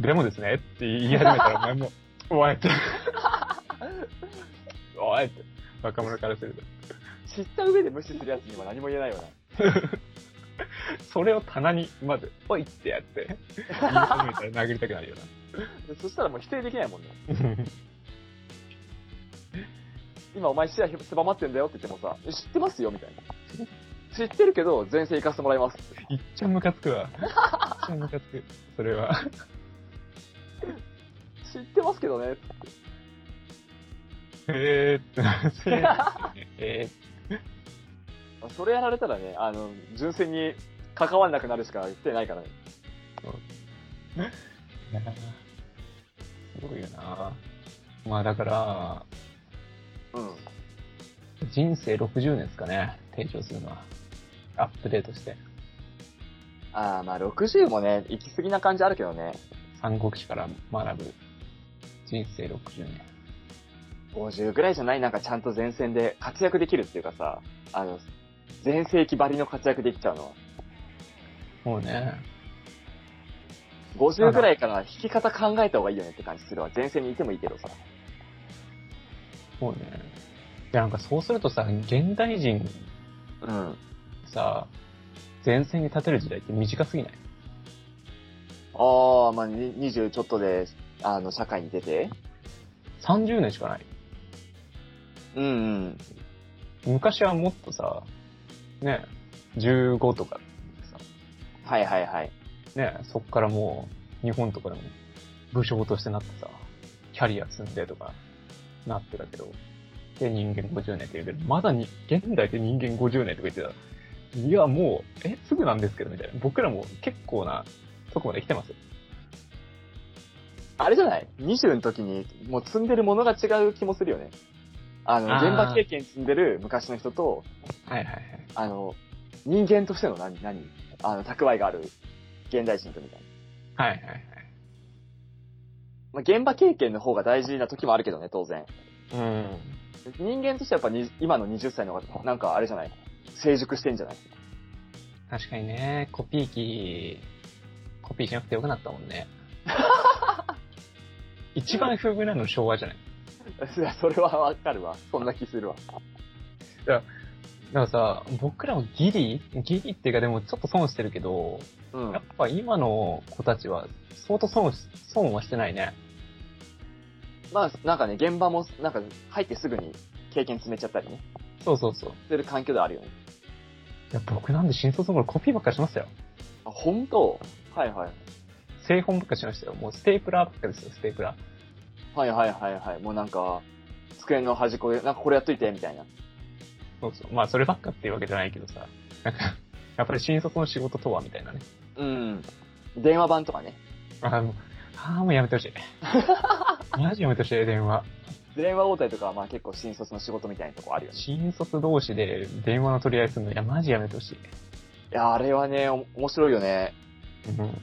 でもですねって言い始めたら、お前も、おいって、おいって、若者からすると。知った上で無視するやつには何も言えないよな。それを棚に、まず、おいってやって、言い始めたら殴りたくなるよそしたらもう否定できないもんね。な。今お前視野狭まってんだよって言ってもさ、え知ってますよみたいな。知ってるけど、前世行かせてもらいますって。いっちゃムカつくわ。いっちゃムカつく。それは。知ってますけどね。えーってなって、えーってそれやられたらね、あの、純粋に関わんなくなるしか言ってないからね。なあすごいよな。まあだから、うん。人生60年ですかね、提唱するのは。アップデートして。ああ、まあ60もね、行き過ぎな感じあるけどね。三国志から学ぶ人生60年。 50ぐらいじゃないなんかちゃんと前線で活躍できるっていうかさ、あの、前世紀ばりの活躍できちゃうのは。もうね、 50ぐらいから弾き方考えた方がいいよねって感じするわ。前線にいてもいいけどさ。もうね。いやなんかそうするとさ、現代人うん。さ、前線に立てる時代って短すぎないああ、まあ、に20ちょっとで、あの、社会に出て。 ?30 年しかない。うんうん。昔はもっとさ、ね、15とかさ、はいはいはい。ね、そっからもう、日本とかでも、武将としてなってさ、キャリア積んでとか、なってたけど、で、人間50年って言うけど、まだに、現代で人間50年とか言ってたら、いや、もう、え、すぐなんですけど、みたいな。僕らも結構な、とこまで来てますよ。あれじゃない ?20 の時に、もう積んでるものが違う気もするよね。あの、あー現場経験積んでる昔の人と、はいはいはい。あの、人間としての何、何あの、蓄えがある現代人とみたいな。はいはいはい。まあ、現場経験の方が大事な時もあるけどね、当然。うん。人間としてはやっぱに今の20歳の方が、なんかあれじゃない成熟してんじゃない 確かにね、コピー機、コピーしなくてよくなったもんね。一番風遇なの昭和じゃないそれはわかるわ。そんな気するわ。だからさ、僕らもギリギリっていうかでもちょっと損してるけど、うんやっ。ぱ今の子たちは相当損し、損はしてないね。まあ、なんかね、現場も、なんか、入ってすぐに経験詰めちゃったりね、そうそうそう。いする環境ではあるよね。や、僕なんで新卒の頃コピーばっかりしましたよ。あ、本当はいはい。製本ばっかりしましたよ。もうステープラーばっかりですよ、ステープラはいはいはいはい。もうなんか、机の端っこで、なんかこれやっといて、みたいな。ー。そうそう。まあそればっかっていうわけじゃないけどさ。なんか、やっぱり新卒の仕事とはみたいなね。うん。電話番とかね。あーもう、あーもうやめてほしい。マジやめてほしい、電話。電話応対とかはまあ結構新卒の仕事みたいなとこあるよね。新卒同士で電話の取り合いするの、いや、マジやめてほしい。いや、あれはね、お面白いよね。うん。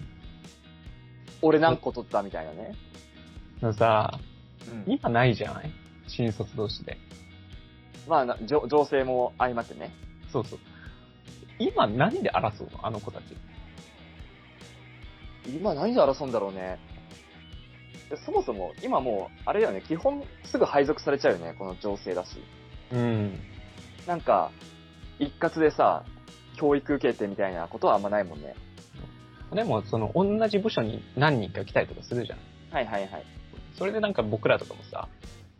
俺何個取ったみたいなね。でもさ、うん。今ないじゃない新卒同士で。まあな、じょ情勢も相まってね。そうそう。今何で争うのあの子たち。今何で争うんだろうね。そもそも、今もう、あれだよね、基本すぐ配属されちゃうよね、この情勢だし。うん。なんか、一括でさ、教育受けてみたいなことはあんまないもんね。でも、その、同じ部署に何人か来たりとかするじゃん。はいはいはい。それでなんか僕らとかもさ、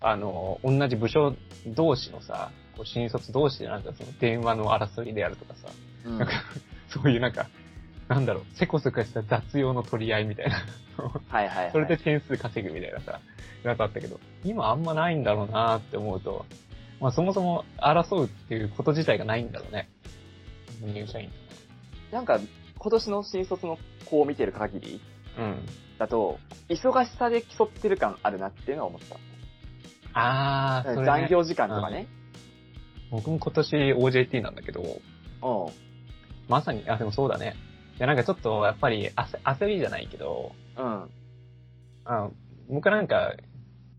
あの、同じ部署同士のさ、こう新卒同士でなんかその電話の争いであるとかさ、うんなんか、そういうなんか、なんだろう、せこせこした雑用の取り合いみたいな。はいはい、はい。それで点数稼ぐみたいなさ、なんかあったけど、今あんまないんだろうなって思うと、まあそもそも争うっていうこと自体がないんだろうね。入社員。なんか、今年の新卒の子を見てる限りうん。だと、忙しさで競ってる感あるなっていうのは思った。あー、それ、ね、残業時間とかね。僕も今年 OJT なんだけど、うん。まさに、あ、でもそうだね。いや、なんかちょっと、やっぱり焦、焦りじゃないけど、うん。あ僕なんか、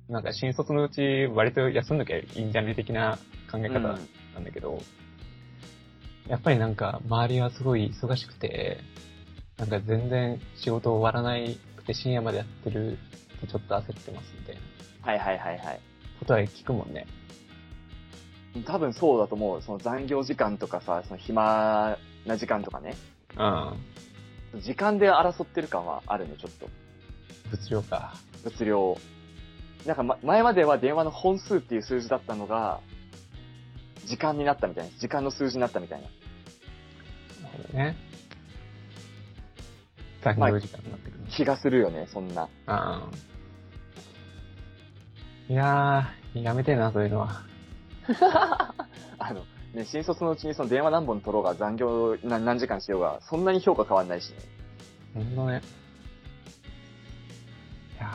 なんか新卒のうち割と休んどきゃいいんじゃね的な考え方うなんんだけど、やっぱりなんか周りはすごい忙しくて、なんか全然仕事終わらないくて深夜までやってるとちょっと焦ってますみたいなはいはいはいはい。ことは聞くもんね。多分そうだと思う。その残業時間とかさ、その暇な時間とかね。うん。時間で争ってる感はあるね、ちょっと。物量か。物量。なんか、ま、前までは電話の本数っていう数字だったのが、時間になったみたいな。時間の数字になったみたいな。なるほどね。残業時間になってくるね。気がするよね、そん な。うん。いやー、やめてえな、そういうのは。あの、ね、新卒のうちにその電話何本取ろうが残業何何時間しようが、そんなに評価変わんないしね。ほんとね。いや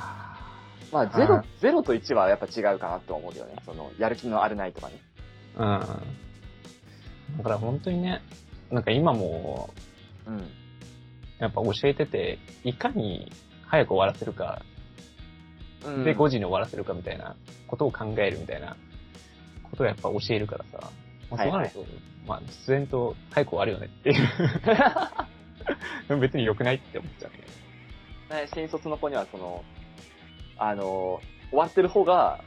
まあ、ゼロあ、ゼロと1はやっぱ違うかなと思うよね。その、やる気のあるないとかね。ーうん。だから本当にね、なんか今も、うん。やっぱ教えてて、いかに早く終わらせるか、うん、で5時に終わらせるかみたいなことを考えるみたいなことをやっぱ教えるからさ、まあ、そうなると、まあ、出演と早く終わるよねっていう。別に良くないって思っちゃうね。ね新卒の子にはその、あの、終わってる方が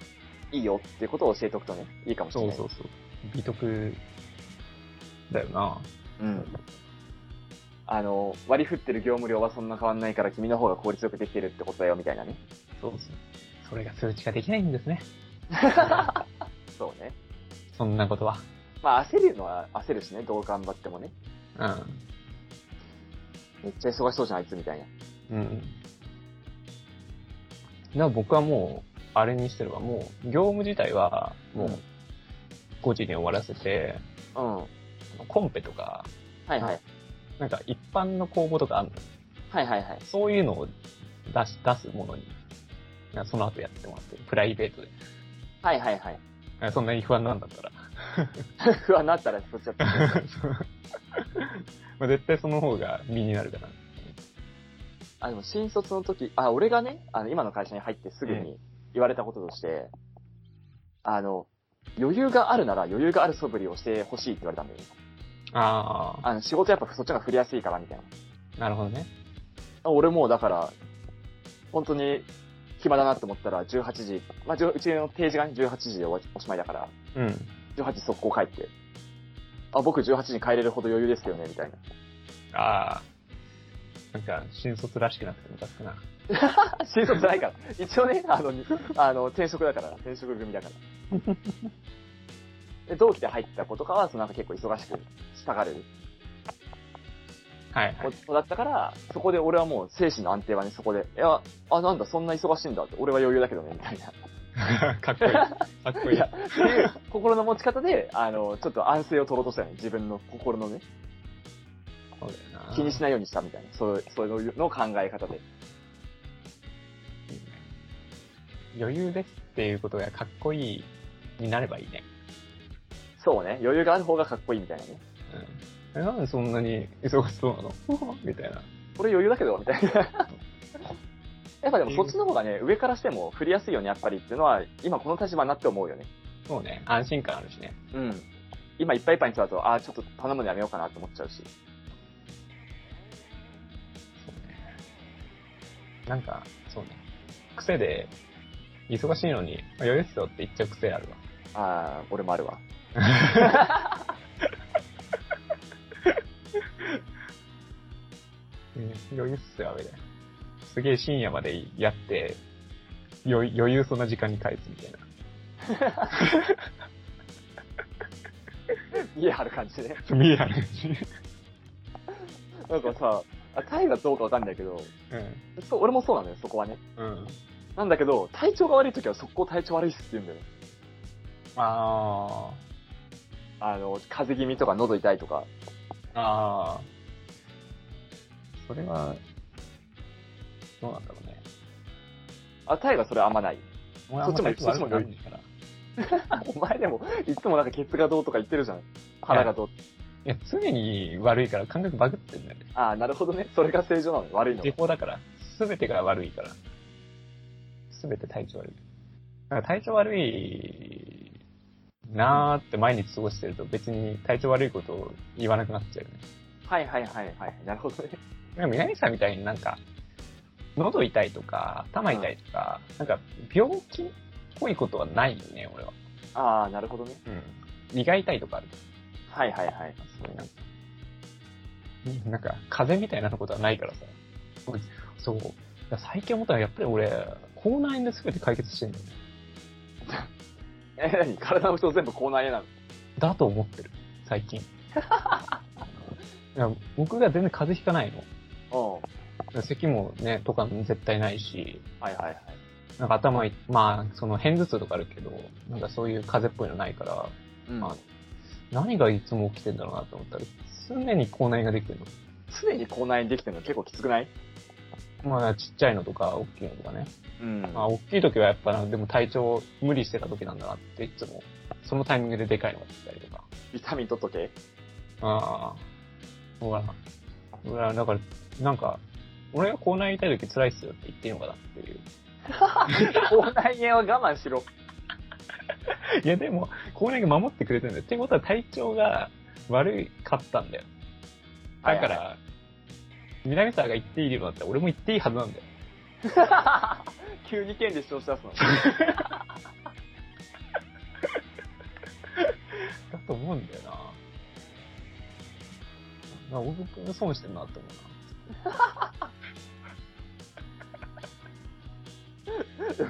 いいよっていうことを教えておくとね、いいかもしれそうない。そうそう。美徳だよな。うん。あの、割り振ってる業務量はそんな変わんないから君の方が効率よくできてるってことだよみたいなね。そうそう。それが数値化できないん ですね。そうね。そんなことは。まあ焦るのは焦るしね、どう頑張ってもね。うめっちゃ忙しそうじゃん、あいつみたいな。ん。うん。だから僕はもう、あれにしてるわ。もう、業務自体は、もうんう、5時に終わらせて、うん。はコンペとか、いはい。なんか一般の公募とかあるの。はいはいはい。そういうのを出し、出すものに、なんかその後やってもらってる、プライベートで。はいはいはい。 あそんなに不安なんだ ったら。不安になったらそっ ちだった。まあ絶対その方が身になるかな。あ、でも新卒の時、あ、俺がね、あの、今の会社に入ってすぐに言われたこととして、あの、余裕があるなら余裕がある素振りをしてほしいって言われたんだよね。ああの、仕事やっぱそっちの方が振りやすいからみたいな。あ、なるほどね。あ俺もうだから、本当に暇だなと思ったら18時、まあ、じゅううちの定時がね、18時で終わおしまいだから、うん。 18時速攻帰って、あ、僕18時に帰れるほど余裕ですけどね、みたいな。 ああ。なんか、新卒らしくなくてムカつくな。新卒じゃないから。一応ね、あの、にあの転職だから、転職組だから。で同期で入った子とかは、そのなんか結構忙しくしたがるはい、はい。子だったから、そこで俺はもう精神の安定はね、そこで、いや、あ、なんだ、そんな忙しいんだって、俺は余裕だけどね、みたいな。 かっこいい。かっこいいい。や、っていう心の持ち方で、あの、ちょっと安静を取ろうとしたよね、自分の心のね、そうだよな。気にしないようにしたみたいな、そうそういうのを考え方で。余裕ですっていうことがかっこいいになればいいね。そうね、余裕がある方がかっこいいみたいなね。うん。えなんでそんなに 忙しそうなの みたいな。俺余裕だけど、みたいな。 やっぱでもそっちの方がね、上からしても振りやすいよね、やっぱりっていうのは、今この立場になって思うよね。そうね。安心感あるしね。うん。今いっぱいいっぱいになっちゃうと、ああ、ちょっと頼むのやめようかなって思っちゃうし。そうね。なんか、そうね。癖で、忙しいのに、あ余裕っすよって言っちゃう癖あるわ。ああ、俺もあるわ。余裕っすよ、みたいな。すげえ深夜までやって、余余裕そうな時間に返すみたいな。家張る感じね。見えないし。なんかさ、あタイがどうかわかんないけど、うそう俺もそうなんだよ、そこはね。ん。うん。なんだけど、体調が悪い時は速攻体調悪いっすって言うんだよ。ああの、風邪気味とか喉痛いとか。あ。ああ。それは、どうなんだろうね。あ、タイがそれあんま ない。俺あんま体調悪くないから。お前でも、いつもなんかケツがどうとか言ってるじゃん。腹がどう。いや、常に悪いから感覚バグってんだよね。ああ、なるほどね。それが正常なのよ悪いの時。効だから。すべてが悪いから。すべて体調悪い。だから体調悪いなーって毎日過ごしてると別に体調悪いことを言わなくなっちゃうよね。はいはいはいはい。なるほどね。なんか南さんみたいになんか、喉痛いとか、頭痛いとか、なんか病気っぽいことはないよね、俺は。ああ、なるほどね。うん。胃が痛いとかある。はいはいはい。そういうなんか、うんなんか風邪みたいなことはないからさ。そう。いや最近思ったらやっぱり俺、口内炎で全て解決してんだよね。え、何体の人全部口内炎なのだと思ってる、最 近。いや僕が全然風邪ひかないの。うん。咳もね、とかも絶対ないし、はいはいはい。なんか頭い、まあ、その偏頭痛とかあるけど、なんかそういう風邪っぽいのないから、うんまあ、何がいつも起きてんだろうなと思ったら、常に口内炎ができてる常に口内炎できてるの結構きつくないの。まあ、ちっちゃいのとか、大きいのとかね。うん。まあ、大きい時はやっぱな、でも体調無理してた時なんだなって、いつも、そのタイミングででかいのが来たりとか。ビタミン取っと け。ああ、ほら。ほら、だから、なんか、俺が口内炎痛い時辛いっすよって言っていいのかなっていう。口内炎は我慢しろ。いや、でも、口内炎が守ってくれてるんだよ。ってことは体調が悪かったんだよ。だかはら、南沢が言っていいようになったら俺も言っていいはずなんだよ。いはい 急に剣で主張し出すの。だと思うんだよな。な僕が損してるなって思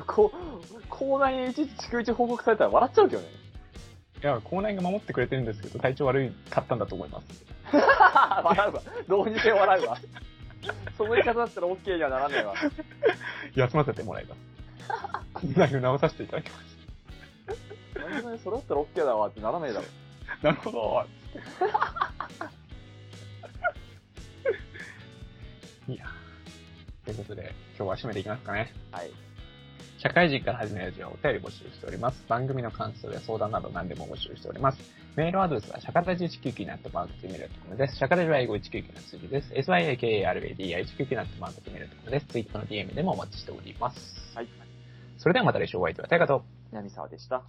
こう、口内炎いちいち逐一報告されたら笑っちゃうけどね。うな。いや、口内炎が守ってくれてるんですけど、体調悪いかったんだと思います。 笑うわ。どうにせ笑うわ。その言い方だったら OK にはならないわ。休ませてもら います。口内炎を直させていただきます。なんでそれだったら OK だわってならないだろ。なるほ ど。いや。ということで、今日は締めていきますかね。はい。社会人から始めるラジオはお便り募集しております。番組の感想や相談など何でも募集しております。メールアドレスは、シャカラジ199ナットマークティメルトコムです。シャカラジは英語199の数字です。syakaradi199 ナットマークティメルトコムです。ツイッターの DM でもお待ちしております。はい。それではまた来週お会いいたい方。南沢でした。